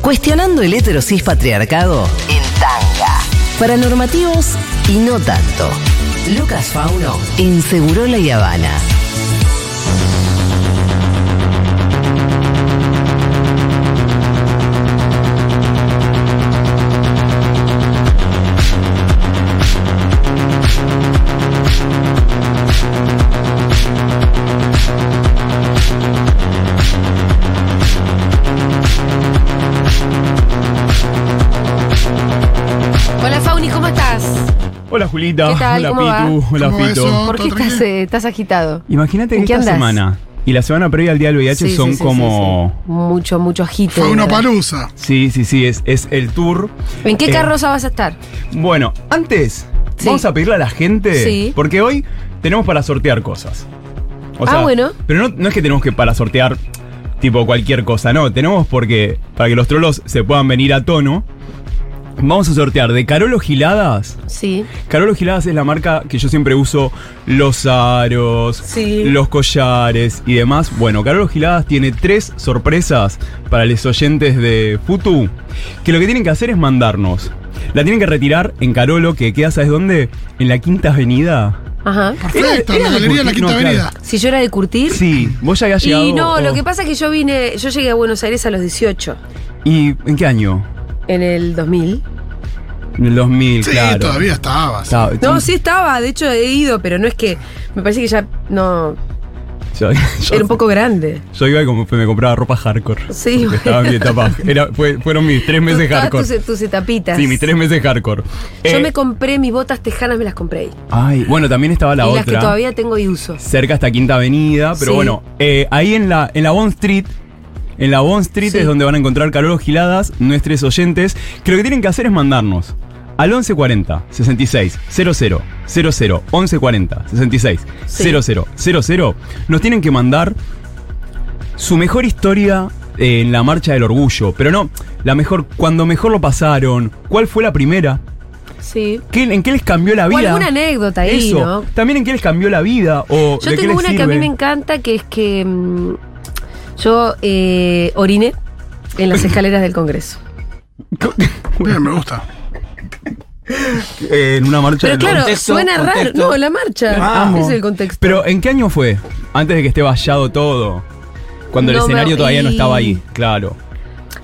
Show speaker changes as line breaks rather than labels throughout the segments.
Cuestionando el heterosis patriarcado en tanga. Paranormativos y no tanto. Lucas Fauno en Segurola y Habana.
Hola Fauni, ¿cómo estás?
Hola Julita,
¿Qué tal?
hola
¿Cómo
Pitu,
va?
hola
¿Cómo va
Fito.
eso?
¿Por qué
¿Todo
estás,
tranquilo?
eh, estás agitado?
Imagínate que
¿En qué
esta
andás?
semana y la semana previa al Día del VIH
Sí, sí,
son
sí, sí,
como...
sí. Mucho, mucho agito.
Fue una
¿verdad?
palusa.
Sí, sí, sí, es, es el tour.
¿En qué
Eh,
carroza vas a estar?
Bueno, antes
Sí.
vamos a pedirle a la gente,
Sí.
porque hoy tenemos para sortear cosas. O
Ah, bueno.
Pero no, no es que tenemos que para sortear tipo cualquier cosa, no, tenemos porque para que los trolos se puedan venir a tono. Vamos a sortear de Carolo Giladas.
Sí.
Carolo Giladas es la marca que yo siempre uso los aros,
Sí.
los collares y demás. Bueno, Carolo Giladas tiene tres sorpresas para los oyentes de Futu, que lo que tienen que hacer es mandarnos. La tienen que retirar en Carolo, que queda, ¿sabes dónde? En la Quinta Avenida.
Ajá.
Perfecto,
Era-
en la
era
galería de la
Curti- no,
Quinta Avenida.
claro.
Si yo era de curtir.
Sí, vos ya habías llegado.
Y no,
o-
lo que pasa es que yo vine, yo llegué a Buenos Aires a los 18,
¿Y en qué año?
en el 2000.
En el 2000,
Sí,
claro.
todavía estabas.
Estaba-
No, sí estaba, de hecho he ido, pero no es que, me parece que ya, no,
Yo, yo-
era un poco grande.
yo iba y como me compraba ropa hardcore.
Sí,
porque Estaba en mi etapa. Era- fue- fueron mis tres meses
Todas
hardcore.
Tus, tus etapitas.
Sí, mis tres meses hardcore.
Yo
Eh,
me compré mis botas tejanas, me las compré ahí.
Ay, bueno, también estaba la
y
otra.
las que todavía tengo y uso.
Cerca hasta Quinta Avenida, pero
Sí.
bueno, eh, ahí en la, en la Bond Street. En la Bond Street
Sí.
es donde van a encontrar Carlos Giladas, nuestros oyentes, que lo que tienen que hacer es mandarnos al 1140 66 00 00 1140 66
Sí.
00 00. Nos tienen que mandar su mejor historia eh, en la marcha del orgullo, pero no, la mejor, cuando mejor lo pasaron, cuál fue la primera,
Sí.
¿Qué- ¿En qué les cambió la
O
vida?
alguna anécdota ahí,
Eso.
¿no?
También en qué les cambió la vida o
Yo
de qué
tengo
les
una que a mí
sirve.
me encanta, que es que mm, yo eh, oriné en las escaleras del Congreso.
Bien, me gusta.
Eh, en una marcha.
Pero
del-
claro,
contexto,
suena raro.
contexto.
No, la marcha.
Ah.
Ese es el contexto.
Pero ¿en qué año fue? Antes de que esté vallado todo. Cuando el
No,
escenario
pero-
todavía no
y-
estaba ahí, claro.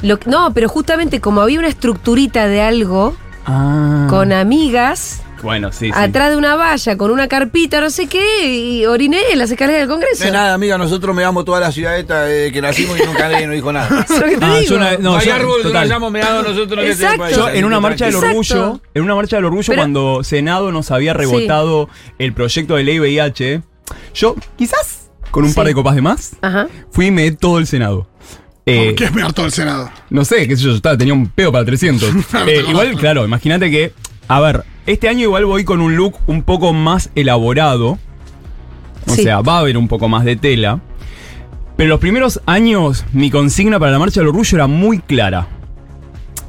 Lo que- no, pero justamente como había una estructurita de algo
Ah.
con amigas
Bueno, sí, sí.
atrás de una valla con una carpita, no sé qué, y oriné en las escaleras del Congreso.
De nada, amiga, nosotros megamos toda la ciudad esta desde que nacimos y nunca nadie nos dijo nada.
Eso es lo que te
Ah,
digo.
yo una- no,
No, hay
yo-
árbol, no
total.
hayamos meado nosotros en este
Exacto.
país.
Yo en una marcha del
Exacto.
orgullo, en una marcha del orgullo
Pero-
cuando Senado nos había rebotado el proyecto de ley VIH, yo quizás con un
Sí.
par de copas de más
Ajá.
fui y me di todo el Senado. Eh,
¿Por qué es mear todo el Senado?
No sé, qué sé yo, yo estaba- tenía un pedo para 300. Eh, igual, claro, imagínate que. A ver, este año igual voy con un look un poco más elaborado. O
Sí.
sea, va a haber un poco más de tela. Pero los primeros años, mi consigna para la marcha del orgullo era muy clara.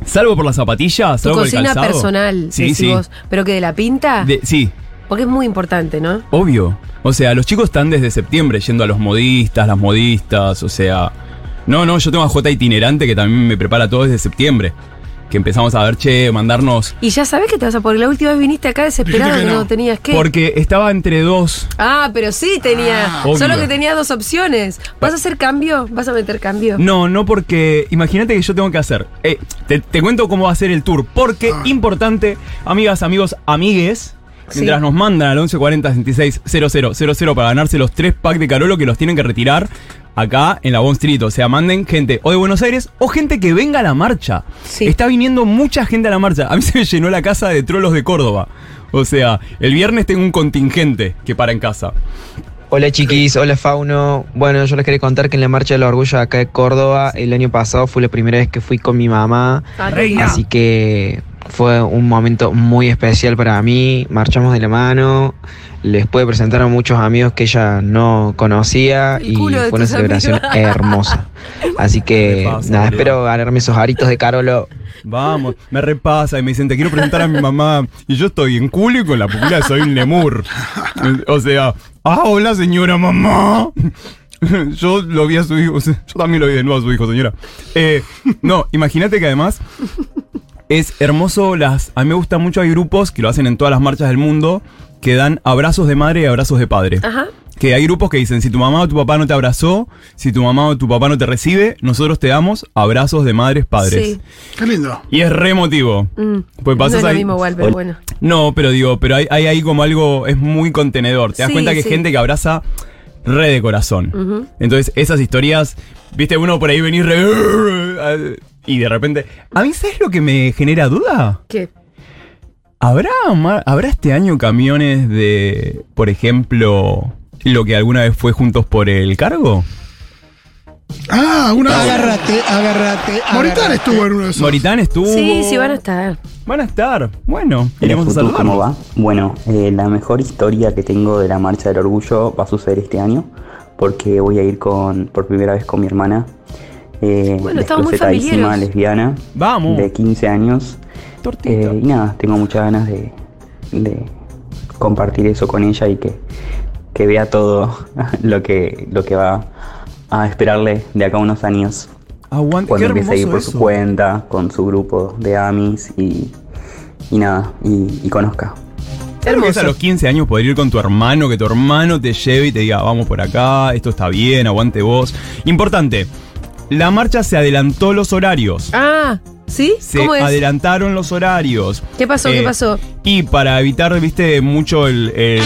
Salvo por las zapatillas,
Tu
salvo por el
cocina
calzado.
personal,
Sí,
decís
sí.
vos. Ah. Pero que de la pinta,
De- sí,
porque es muy importante, ¿no?
obvio. O sea, los chicos están desde septiembre yendo a los modistas, las modistas, o sea. No, no, yo tengo a J itinerante que también me prepara todo desde septiembre. Que empezamos a ver, che, mandarnos.
Y ya sabés que te vas a poner. La última vez viniste acá desesperado que
Dijiste que
no,
no.
tenías que.
Porque estaba entre dos.
Ah, pero sí tenía.
Ah,
solo
obvio.
que tenía dos opciones. ¿Vas a hacer cambio? ¿Vas a meter cambio?
No, no porque. Imagínate que yo tengo que hacer. Eh, te, te cuento cómo va a ser el tour. Porque,
Ah.
importante, amigas, amigos, amigues.
Sí.
Mientras nos mandan al 1140 66 00 para ganarse los tres packs de Carolo que los tienen que retirar acá en la Bond Street. O sea, manden gente o de Buenos Aires o gente que venga a la marcha.
Sí.
Está viniendo mucha gente a la marcha. A mí se me llenó la casa de trolos de Córdoba. O sea, el viernes tengo un contingente que para en casa.
Hola chiquis, hola Fauno. Bueno, yo les quería contar que en la Marcha del Orgullo acá de Córdoba el año pasado fue la primera vez que fui con mi mamá,
Ah,
Reina.
así que fue un momento muy especial para mí. Marchamos de la mano, les pude presentar a muchos amigos que ella no conocía
El
y
culo de
fue una
tus
celebración
amigos.
hermosa. Así
¿Qué
que
le pasa,
nada,
boludo?
espero ganarme esos aritos de Carolo.
Vamos, me repasa y me dicen, te quiero presentar a mi mamá. Y yo estoy en culo y con la pupila soy un lemur. O sea, ah, hola señora mamá. yo lo vi a su hijo. Yo también lo vi de nuevo a su hijo, señora. Eh, no, imagínate que además es hermoso las. A mí me gusta mucho, hay grupos que lo hacen en todas las marchas del mundo que dan abrazos de madre y abrazos de padre.
Ajá.
Que hay grupos que dicen, si tu mamá o tu papá no te abrazó, si tu mamá o tu papá no te recibe, nosotros te damos abrazos de madres, padres.
Sí.
Qué lindo.
Y es re emotivo.
Mm.
Pues
no
pasas
es lo
ahí-
mismo igual, pero bueno.
No, pero digo, pero hay, hay ahí como algo, es muy contenedor. Te das
Sí,
cuenta que hay
sí.
gente que abraza re de corazón.
Ujú.
Entonces, esas historias, viste, uno por ahí venir re... Y de repente... ¿A mí sabes lo que me genera duda?
¿Qué?
¿Habrá, ma- ¿Habrá este año camiones de, por ejemplo, lo que alguna vez fue Juntos por el Cargo?
Ah, una.
Agárrate, agárrate.
Moritán
agárrate.
estuvo en uno de esos.
Moritán estuvo...
Sí, sí, van a estar.
Van a estar. Bueno,
Hola,
iremos a
Futu, ¿Cómo
saludarlos.
va? Bueno, eh, la mejor historia que tengo de la Marcha del Orgullo va a suceder este año porque voy a ir con por primera vez con mi hermana. eh,
Bueno, estamos muy
desclosetadísima,
familiares.
lesbiana
Vamos.
de 15 años.
Tortita.
Eh, y nada, tengo muchas ganas de, de compartir eso con ella y que, que vea todo lo que, lo que va a esperarle de acá a unos años
Aguante, qué
cuando empiece a ir
hermoso
por
eso.
su cuenta, con su grupo de amis y, y nada, y, y conozca.
Claro que es a
Hermoso.
los 15 años poder ir con tu hermano, que tu hermano te lleve y te diga, vamos por acá, esto está bien, aguante vos. Importante, la marcha se adelantó los horarios.
Ah, ¿sí?
Se
¿Cómo es?
adelantaron los horarios. Eh,
¿Qué pasó? ¿Qué pasó?
Y para evitar, viste, mucho el... el...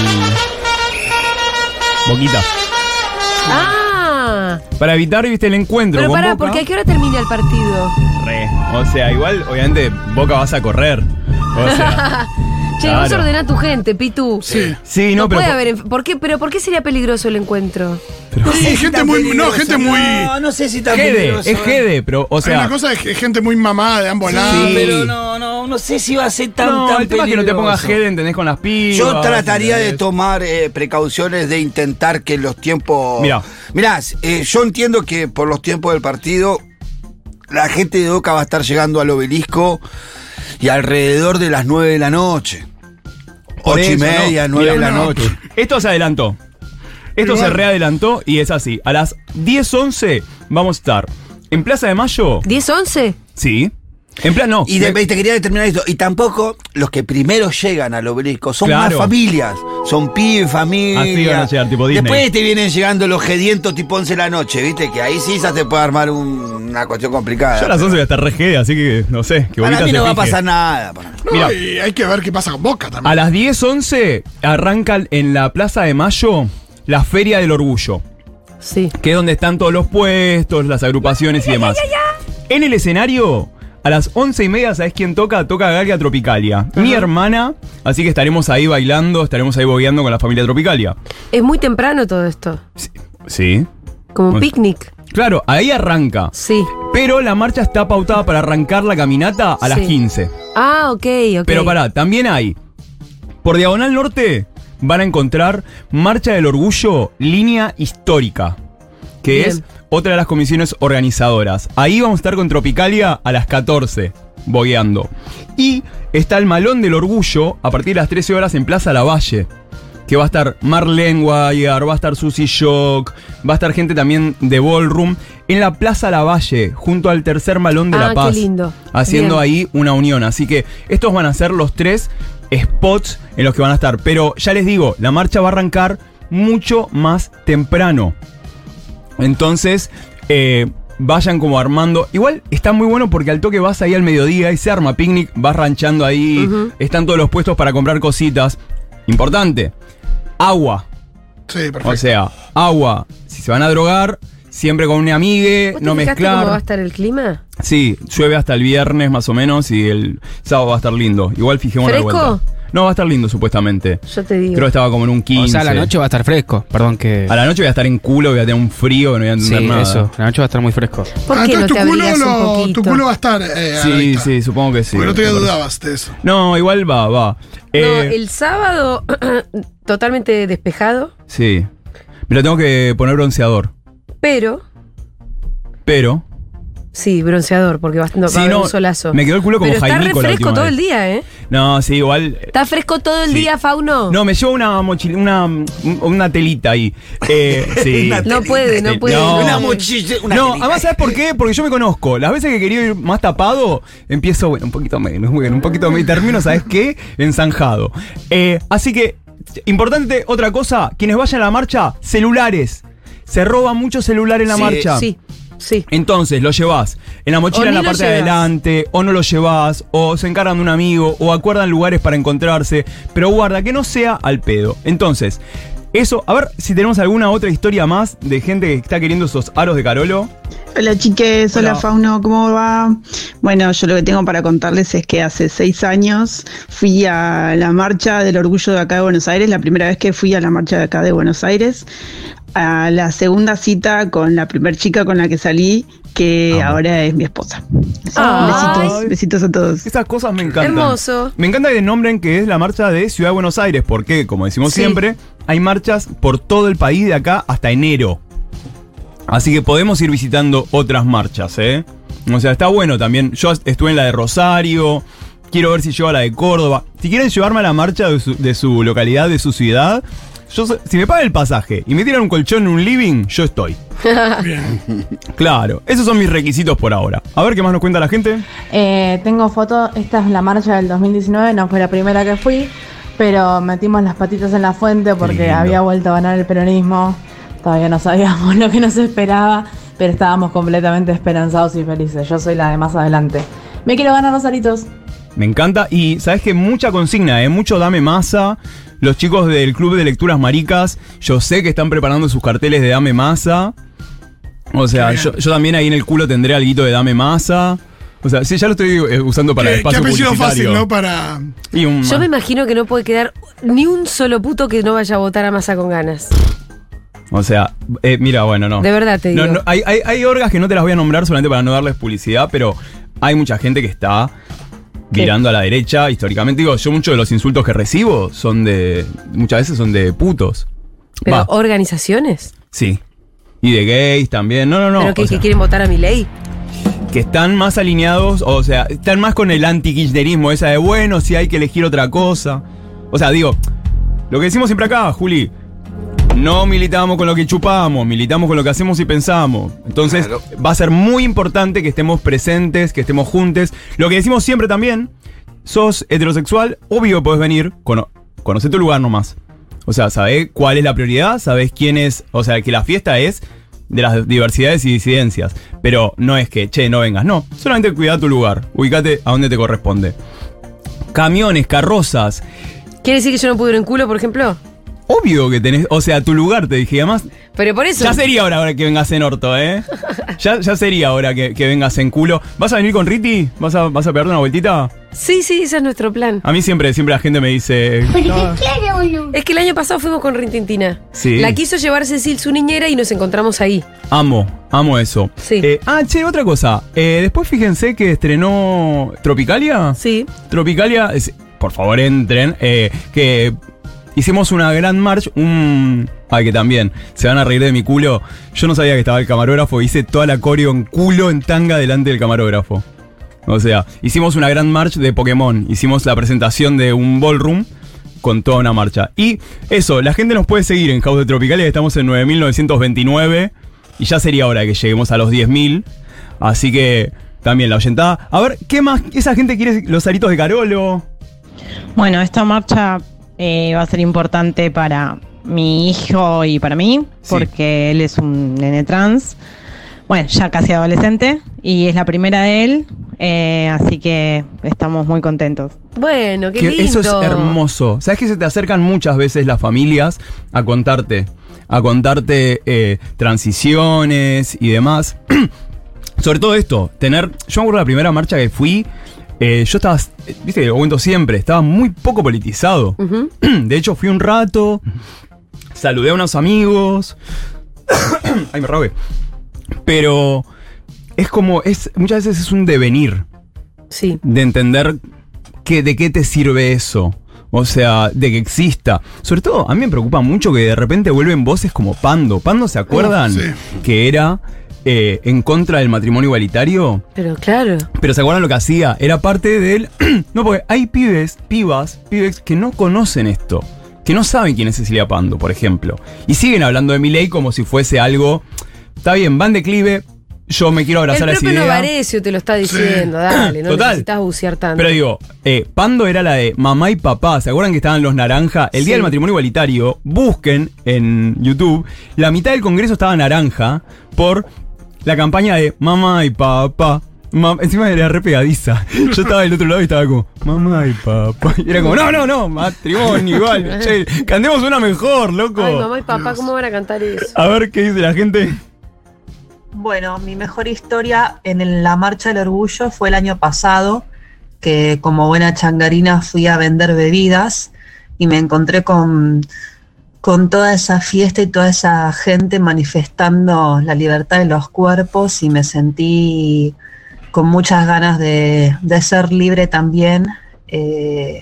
Boquita.
Ah,
Para evitar, viste, el encuentro.
pero
con
pará,
Boca.
porque ¿a qué hora termina el partido?
Re. O sea, igual, obviamente, Boca vas a correr. O sea,
Che, vos
Claro.
ordená a tu gente, Pitu.
Sí.
sí,
No,
no, pero...
puede haber. enf- ¿Por qué, ¿Pero por qué sería peligroso el encuentro?
Sí, Eh, gente
Tan
muy. No,
peligroso.
gente muy.
No, no sé si tan
Gede,
peligroso,
es
eh.
Gede, pero, o
Hay
sea...
una cosa de g- gente muy mamada de ambos lados.
Ah,
Sí.
Pero no, no, no sé si va a ser tan,
no,
tan
el tema es que no te pongas
peligroso.
gel, ¿entendés? Con las pibas.
Yo trataría de
¿entendés?
tomar eh, precauciones, de intentar que los tiempos.
Mirá.
Mirá, eh, yo entiendo que por los tiempos del partido, la gente de Oca va a estar llegando al obelisco y alrededor de las 9 de la noche.
Por
Ocho y
eso,
media,
¿no?
nueve de
Mirá,
la
no.
noche.
Esto se adelantó. Esto
Igual.
se readelantó y es así. A las 10.11 vamos a estar en Plaza de Mayo.
¿10, 11?
Sí. En plan, no.
Y de- y te quería determinar esto. Y tampoco los que primero llegan al obelisco son
Claro.
más familias. Son pibes, familias.
Así van a llegar, tipo Disney.
Después te vienen llegando los gedientos tipo 11 de la noche, ¿viste? Que ahí sí ya te puede armar un- una cuestión complicada.
Yo a las 11 voy a estar re gede, así que no sé. Que
Para
Boquita
mí
se
no va a
fije.
pasar nada.
No,
Mirá.
y hay que ver qué pasa con Boca también.
A las 10.11 arrancan en la Plaza de Mayo la Feria del Orgullo.
Sí.
que es donde están todos los puestos, las agrupaciones y demás. En el escenario, a las once y media, ¿sabes quién toca? Toca Galia Tropicalia, mi hermana, así que estaremos ahí bailando, estaremos ahí bobeando con la familia Tropicalia.
Es muy temprano todo esto.
Sí.
Como un
Bueno.
picnic.
Claro, ahí arranca.
Sí.
Pero la marcha está pautada para arrancar la caminata a las
Sí.
15.
Ah, ok, ok.
Pero pará, también hay. Por Diagonal Norte van a encontrar Marcha del Orgullo, línea histórica, que
Bien.
es otra de las comisiones organizadoras. Ahí vamos a estar con Tropicalia a las 14, bogueando. Y está el Malón del Orgullo a partir de las 13 horas en Plaza Lavalle. Que va a estar Marlene Guayar, va a estar Susie Shock, va a estar gente también de Ballroom en la Plaza Lavalle, junto al tercer malón de
Ah,
La
qué
Paz.
lindo.
Haciendo
Bien.
ahí ahí una unión. Así que estos van a ser los tres spots en los que van a estar. Pero ya les digo, la marcha va a arrancar mucho más temprano. Entonces, eh, vayan como armando. Igual está muy bueno porque al toque vas ahí al mediodía y se arma picnic, vas ranchando ahí. Están todos los puestos para comprar cositas. Importante, agua.
Sí, perfecto.
Ah. O sea, agua. Si se van a drogar, siempre con un amigue,
¿Vos te
no
fijaste
mezclar.
¿Cómo va a estar el clima?
Sí, llueve hasta el viernes más o menos y el sábado va a estar lindo. Igual fijemos la
¿Fresco?
vuelta. No, va a estar lindo supuestamente.
Yo te digo.
Creo que estaba como en un 15.
O sea, la noche va a estar fresco. Perdón que.
A la noche voy a estar en culo, voy a tener un frío, que no voy a entender
Sí,
nada.
eso. La noche va a estar muy fresco.
¿Por
Ah,
qué no
entonces
te
tu, culo
abrigás
lo-
un poquito?
tu culo va a estar. eh, a la
Sí,
vista.
sí, supongo que sí.
Porque no te dudabas de eso.
No, igual va, va.
No,
Eh,
el sábado totalmente despejado,
Sí. Pero tengo que poner bronceador.
pero
Pero.
Sí, bronceador, porque va, no,
Sí,
va a haber
no,
un solazo.
me quedó el culo como
Pero está
Jaimico la
refresco
última
todo
vez.
el día, ¿eh?
No, sí, igual. eh,
Está fresco todo el
Sí.
día,
Oh.
Fauno.
No, me llevo una mochila, una, una telita ahí. Eh, sí. Este,
Una
No puede, no puede.
No.
Una
puede.
mochila. una
no,
telita.
además, ¿sabes por qué? Porque yo me conozco. Las veces que quería ir más tapado, empiezo, bueno, un poquito menos, bueno, un poquito menos. Y termino, ¿sabes qué? Ensanjado. Eh, así que, importante, otra cosa, quienes vayan a la marcha, celulares. Se roba mucho celular en la
Sí,
marcha.
Sí, sí.
Entonces, lo llevas en la
O
mochila en
ni
la
lo
parte de
llevas.
adelante, o no lo llevas, o se encargan de un amigo, o acuerdan lugares para encontrarse, pero guarda que no sea al pedo. Entonces, eso, a ver si tenemos alguna otra historia más de gente que está queriendo esos aros de Carolo.
Hola chiques, hola,
Hola.
Fauno, ¿cómo va? Bueno, yo lo que tengo para contarles es que hace seis años fui a la marcha del orgullo de acá de Buenos Aires, la primera vez que fui a la marcha de acá de Buenos Aires, a la segunda cita con la primer chica con la que salí, que
Amo.
ahora es mi esposa.
Ay.
Besitos, besitos a todos.
Esas cosas me encantan.
Hermoso.
Me encanta que nombren que es la marcha de Ciudad de Buenos Aires, porque, como decimos
Sí.
siempre, hay marchas por todo el país de acá hasta enero. Así que podemos ir visitando otras marchas, ¿eh? O sea, está bueno también. Yo est- estuve en la de Rosario. Quiero ver si llevo a la de Córdoba. Si quieren llevarme a la marcha de su, de su localidad, de su ciudad, yo so- si me pagan el pasaje y me tiran un colchón en un living, yo estoy. Claro, esos son mis requisitos por ahora. A ver qué más nos cuenta la gente.
Eh, tengo foto, esta es la marcha del 2019, no fue la primera que fui, pero metimos las patitas en la fuente porque
lindo.
había vuelto a ganar el peronismo. Todavía no sabíamos lo que nos esperaba, pero estábamos completamente esperanzados y felices. Yo soy la de más adelante. Me quiero ganar Rosaritos.
Me encanta. Y sabes que mucha consigna, ¿eh? mucho dame masa. Los chicos del Club de Lecturas Maricas, yo sé que están preparando sus carteles de dame masa. O sea, yo, yo también ahí en el culo tendré algo de dame masa. O sea, sí, ya lo estoy eh, usando para el
Qué, qué
espacio
apellido
publicitario.
fácil, ¿no? Para.
Y un
Yo me imagino que no puede quedar ni un solo puto que no vaya a votar a masa con ganas.
O sea, eh, mira, bueno, no.
De verdad te digo.
No, no, hay, hay- hay orgas que no te las voy a nombrar solamente para no darles publicidad, pero hay mucha gente que está mirando a la derecha históricamente. Digo, yo muchos de los insultos que recibo son de. Muchas veces son de putos.
Pero
Va,
organizaciones.
sí. Y de gays también. No, no, no.
pero que,
o sea,
que quieren votar a mi ley.
que están más alineados, o sea, están más con el anti-kirchnerismo, esa de bueno, si hay que elegir otra cosa. O sea, digo, lo que decimos siempre acá, Juli, no militamos con lo que chupamos, militamos con lo que hacemos y pensamos. Entonces,
Claro.
va a ser muy importante que estemos presentes, que estemos juntos. Lo que decimos siempre también, sos heterosexual, obvio que podés venir, cono conoce tu lugar nomás. O sea, sabés cuál es la prioridad, sabés quién es, o sea, que la fiesta es de las diversidades y disidencias. Pero no es que, che, no vengas, no. Solamente cuida tu lugar, ubicate a donde te corresponde. Camiones, carrozas,
¿Quiere decir que yo no pude ir en culo, por ejemplo?
obvio que tenés, o sea, tu lugar, te dije, y además
Pero por eso.
ya sería hora ahora que vengas en orto, ¿eh? Ya, ya sería hora que, que vengas en culo. ¿Vas a venir con Riti? ¿Vas a, ¿Vas a pegarte una vueltita?
Sí, sí, ese es nuestro plan.
A mí siempre, siempre la gente me dice. "No".
Es que el año pasado fuimos con Rintintina.
Sí.
La quiso llevar Cecil, su niñera, y nos encontramos ahí.
Amo, amo eso.
Sí.
Eh, ah, che, otra cosa. Eh, después fíjense que estrenó Tropicalia.
Sí.
Tropicalia, es- por favor entren, eh, que hicimos una gran march, un... Ay, que también, se van a reír de mi culo. Yo no sabía que estaba el camarógrafo, hice toda la coreo en culo, en tanga, delante del camarógrafo. O sea, hicimos una gran march de Pokémon, hicimos la presentación de un ballroom con toda una marcha. Y eso, la gente nos puede seguir en House de Tropicalia, estamos en 9929 y ya sería hora de que lleguemos a los 10.000. Así que también la oyentada. A ver, ¿qué más? Esa gente quiere los aritos de Carolo.
Bueno, esta marcha eh, va a ser importante para mi hijo y para mí,
Sí.
porque él es un nene trans, bueno, ya casi adolescente, y es la primera de él, eh, así que estamos muy contentos.
Bueno, qué
Que
lindo.
eso es hermoso. Sabes que se te acercan muchas veces las familias a contarte, a contarte eh, transiciones y demás. Sobre todo esto, tener. Yo me acuerdo la primera marcha que fui. eh, yo estaba, eh, viste, lo cuento siempre, estaba muy poco politizado.
Ujú.
De hecho, fui un rato, saludé a unos amigos. Ay, me rogué. Pero es como, es, muchas veces es un devenir
Sí.
de entender que, de qué te sirve eso. O sea, de que exista. Sobre todo, a mí me preocupa mucho que de repente vuelven voces como Pando. Pando, ¿se acuerdan?
sí.
Que era eh, en contra del matrimonio igualitario.
Pero claro.
Pero ¿se acuerdan lo que hacía? Era parte del... no, porque hay pibes, pibas, pibes que no conocen esto. Que no saben quién es Cecilia Pando, por ejemplo. Y siguen hablando de Milei como si fuese algo... Está bien, van declive. Yo me quiero
El
abrazar a esa
propio
idea.
Novarecio te lo está diciendo, dale, no
Total.
necesitas bucear tanto.
Pero digo, eh, Pando era la de mamá y papá. ¿Se acuerdan que estaban los naranja? El
Sí.
día del matrimonio igualitario, busquen en YouTube, la mitad del Congreso estaba naranja por la campaña de mamá y papá. Ma- Encima era re pegadiza. Yo estaba del otro lado y estaba como, mamá y papá. Y era como, no, no, no, matrimonio igual. Che, cantemos una mejor, loco.
Ay, mamá y papá, ¿cómo van a cantar eso?
A ver qué dice la gente.
Bueno, mi mejor historia en el- la Marcha del Orgullo fue el año pasado, que como buena changarina fui a vender bebidas y me encontré con, con toda esa fiesta y toda esa gente manifestando la libertad de los cuerpos y me sentí con muchas ganas de, de ser libre también. Eh,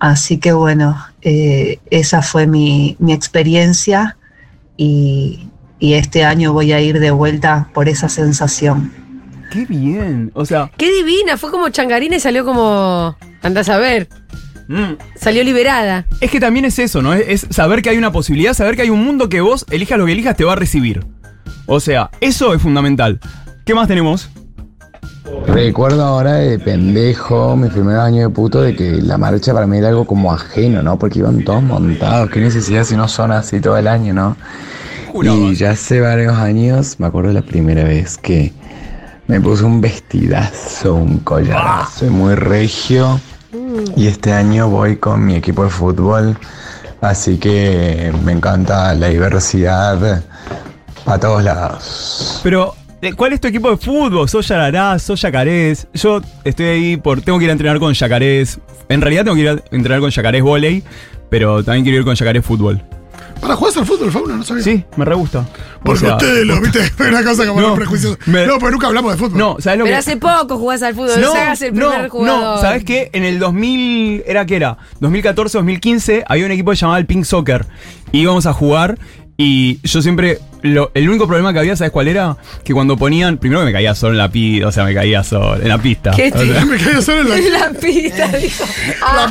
así que bueno, eh, esa fue mi, mi experiencia y, y este año voy a ir de vuelta por esa sensación.
Qué bien. O sea,
Qué divina, fue como changarina y salió como. Andás a ver.
Mm.
Salió liberada.
Es que también es eso, ¿no? Es, es saber que hay una posibilidad, saber que hay un mundo que vos elijas lo que elijas te va a recibir. O sea, eso es fundamental. ¿Qué más tenemos?
Recuerdo ahora de pendejo, mis primeros años de puto, de que la marcha para mí era algo como ajeno, ¿no? Porque iban todos montados, qué necesidad si no son así todo el año, ¿no? Y ya hace varios años, me acuerdo la primera vez que me puse un vestidazo, un collarazo muy regio. Y este año voy con mi equipo de fútbol, así que me encanta la diversidad a todos lados.
Pero, eh, ¿cuál es tu equipo de fútbol? ¿Sos Yarará? ¿Sos Yacarés? Yo estoy ahí por. Tengo que ir a entrenar con Yacarés. En realidad tengo que ir a entrenar con Yacarés volei, pero también quiero ir con Yacarés fútbol.
Para jugar al fútbol, Fauna, no sabía.
Sí, me re gusta.
Porque
O sea,
ustedes lo, viste, una cosa como
No,
los prejuicios.
me-
No, pero nunca hablamos de fútbol.
No, ¿sabes lo
Pero
que
hace poco jugás al fútbol, no, hagas el
no,
primer jugador.
No, ¿sabes qué? En el 2000, ¿era qué era? 2014, 2015, había un equipo llamado el Pink Soccer. Y íbamos a jugar y yo siempre... lo- el único problema que había, ¿sabes cuál era? Que cuando ponían... Primero que me caía solo en la pista, o sea, me caía solo en la pista.
¿Qué
O sea,
te-
me caí solo en la-
Eh.
pista, dijo.
La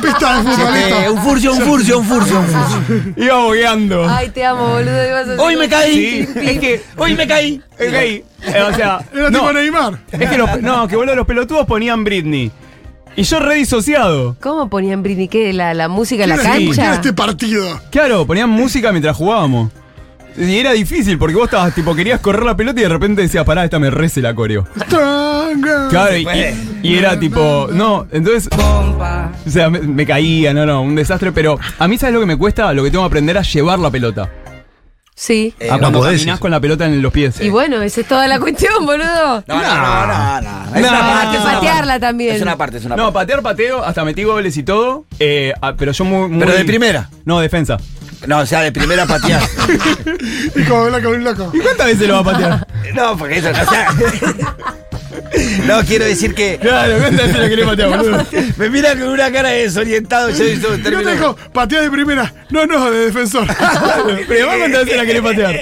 pista de
Este,
futbolista.
Ah.
un furcio, un furcio, un furcio, un furcio.
Iba bogueando.
Ay, te amo, boludo. ibas a hacer
Hoy me
un
caí.
pim, pim.
Es que hoy me caí.
Me caí. Eh, O sea...
Era tipo Neymar.
Es que los, no, que boludo, los pelotudos ponían Britney. Y yo re disociado.
¿Cómo ponían Britney? ¿Qué? ¿La, la música en la
¿Quién es- quién
cancha?
es este
partido?
Claro, ponían música mientras jugábamos. Y era difícil porque vos estabas, tipo, querías correr la pelota y de repente decías, pará, esta me rece la coreo. Claro, y, y- y era tipo, no, entonces. O sea, me, me caía, no, no, un desastre, pero a mí, ¿sabes lo que me cuesta? Lo que tengo que aprender a llevar la pelota.
Sí.
Eh,
Eh,
a cuando caminás con la pelota en los pies.
Y bueno, esa es toda la cuestión, boludo.
Eh. No, no, no,
Es una parte, es una patearla parte. también. Es una
parte, es una
No, patear, pateo, hasta metí goles y todo. eh, ah, pero yo muy, muy-
Pero de primera.
No, defensa.
No, o sea, de primera patear.
Y como habla con un loco.
¿Y cuántas veces lo va a patear?
No, porque eso, o sea. No, quiero decir que.
Claro, cuéntame lo que le pateaba, boludo.
Me mira con una cara de desorientado. Yo hizo un
Yo te dijo, pateás de primera. No, no, de defensor.
Pero vamos a hacer la querés patear.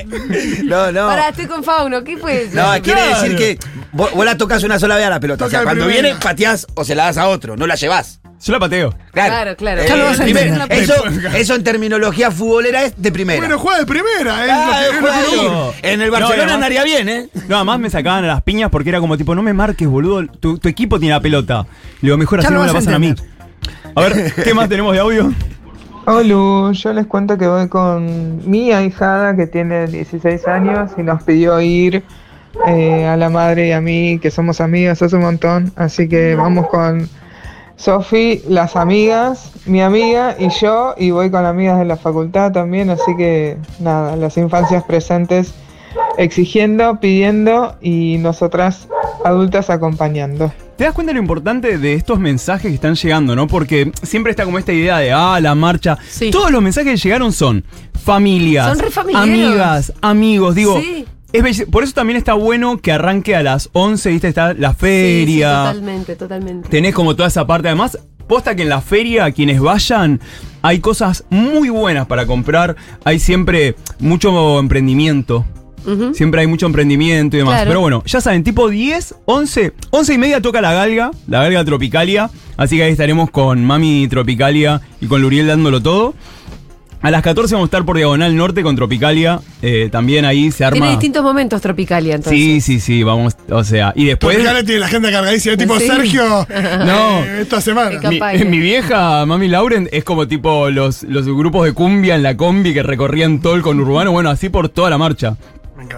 No, no.
Pará, estoy con Fauno, ¿qué fue eso?
No, quiere decir que vos, vos la tocas una sola vez a la pelota. o sea,
Toca de
cuando
primera.
viene, pateás o se la das a otro, no la llevás.
Yo la pateo.
Claro, claro.
Eh,
Ya lo vas a
primero,
entender.
eso, eso en terminología futbolera es de primera.
Bueno, juega de primera, eh.
Ah,
Lo que-
juega
lo que-
de- En el Barcelona andaría bien, ¿eh?
No, además me sacaban a las piñas porque era como tipo, no me marques, boludo, tu, tu equipo tiene la pelota. Le digo, mejor
Ya
así
lo
no me la
vas a
pasan a mí. A ver, ¿qué más tenemos de audio?
Hola, yo les cuento que voy con mi ahijada que tiene 16 años y nos pidió ir eh, a la madre y a mí, que somos amigas hace un montón, así que vamos con Sofi, las amigas, mi amiga y yo, y voy con amigas de la facultad también, así que nada, las infancias presentes exigiendo, pidiendo y nosotras adultas acompañando.
¿Te das cuenta de lo importante de estos mensajes que están llegando, no? Porque siempre está como esta idea de, ah, la marcha. Todos los mensajes que llegaron son familias,
Son re familiares.
amigas, amigos, digo...
Sí.
es belli- Por eso también está bueno que arranque a las 11, ¿viste? Está la
Sí, sí,
feria.
totalmente, totalmente.
tenés como toda esa parte. Además, posta que en la feria, quienes vayan, hay cosas muy buenas para comprar. Hay siempre mucho emprendimiento.
Ujú.
Siempre hay mucho emprendimiento y demás.
Claro.
Pero bueno, ya saben, tipo 10, 11, 11 y media toca la galga, la galga tropicalia. Así que ahí estaremos con Mami Tropicalia y con Luriel dándolo todo. A las 14 vamos a estar por Diagonal Norte con Tropicalia. eh, también ahí se
Tiene
arma.
distintos momentos Tropicalia, entonces.
Sí, sí, sí, vamos, o sea, y después...
Porque ahora tiene la agenda cargadísima, tipo
Sí.
Sergio.
No.
eh, esta semana.
Capaz
Mi,
que-
mi vieja, mami Lauren, es como tipo los, los grupos de cumbia en la combi que recorrían todo el conurbano, bueno, así por toda la marcha.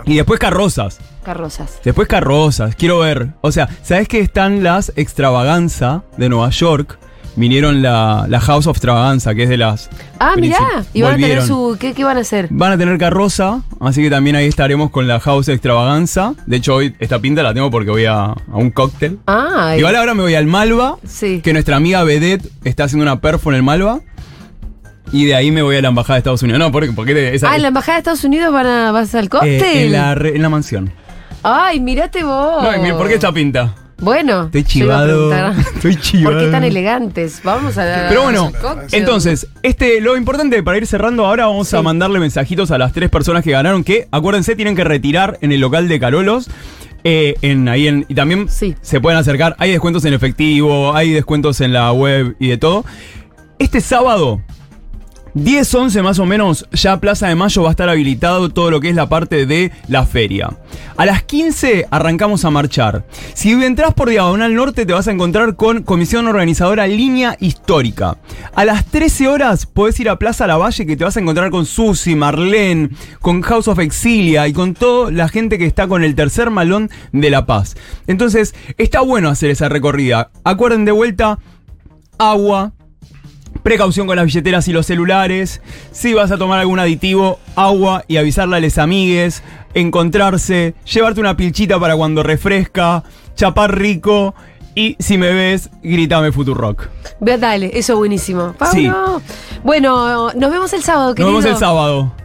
Y después carrozas.
Carrozas.
Después carrozas, quiero ver. O sea, ¿sabes que están las extravaganza de Nueva York? Vinieron la, la House of Extravaganza, que es de las.
Ah, mirá.
princip-
Y van a tener
volvieron.
su. ¿Qué, qué van a hacer?
Van a tener carroza, así que también ahí estaremos con la House Extravaganza. De hecho, hoy esta pinta la tengo porque voy a, a un cóctel.
Ah,
Igual ahora me voy al Malva,
Sí.
que nuestra amiga Vedette está haciendo una perfo en el Malva. Y de ahí me voy a la embajada de Estados Unidos. No, porque, porque esa,
Ah, en la embajada de Estados Unidos van a, vas al cóctel.
eh, en, la, re- en la mansión.
Ay, mirate vos.
No, y mira, ¿por qué esta pinta?
Bueno.
Estoy
yo iba a
chivado.
preguntar,
Estoy chivado.
¿Por qué tan elegantes? Vamos a.
Pero bueno,
cóctel.
entonces, este, lo importante para ir cerrando, ahora vamos a mandarle mensajitos a las tres personas que ganaron, que acuérdense, tienen que retirar en el local de Carolos. eh, en, ahí en, y también se pueden acercar. Hay descuentos en efectivo, hay descuentos en la web y de todo. Este sábado, 10, 11 más o menos, ya Plaza de Mayo va a estar habilitado todo lo que es la parte de la feria. A las 15 arrancamos a marchar. Si entras por Diagonal Norte te vas a encontrar con Comisión Organizadora Línea Histórica. A las 13 horas podés ir a Plaza Lavalle que te vas a encontrar con Susi, Marlene, con House of Exilia y con toda la gente que está con el tercer malón de La Paz. Entonces, está bueno hacer esa recorrida. Acuerden de vuelta, agua, Precaución con las billeteras y los celulares. Si vas a tomar algún aditivo, agua y avisarle a les amigues. Encontrarse, llevarte una pilchita para cuando refresca, chapar rico. Y si me ves, grítame Futurock.
Ve, Dale, eso buenísimo. Pablo.
Sí.
Bueno, nos vemos el sábado,
Nos
querido.
vemos el sábado.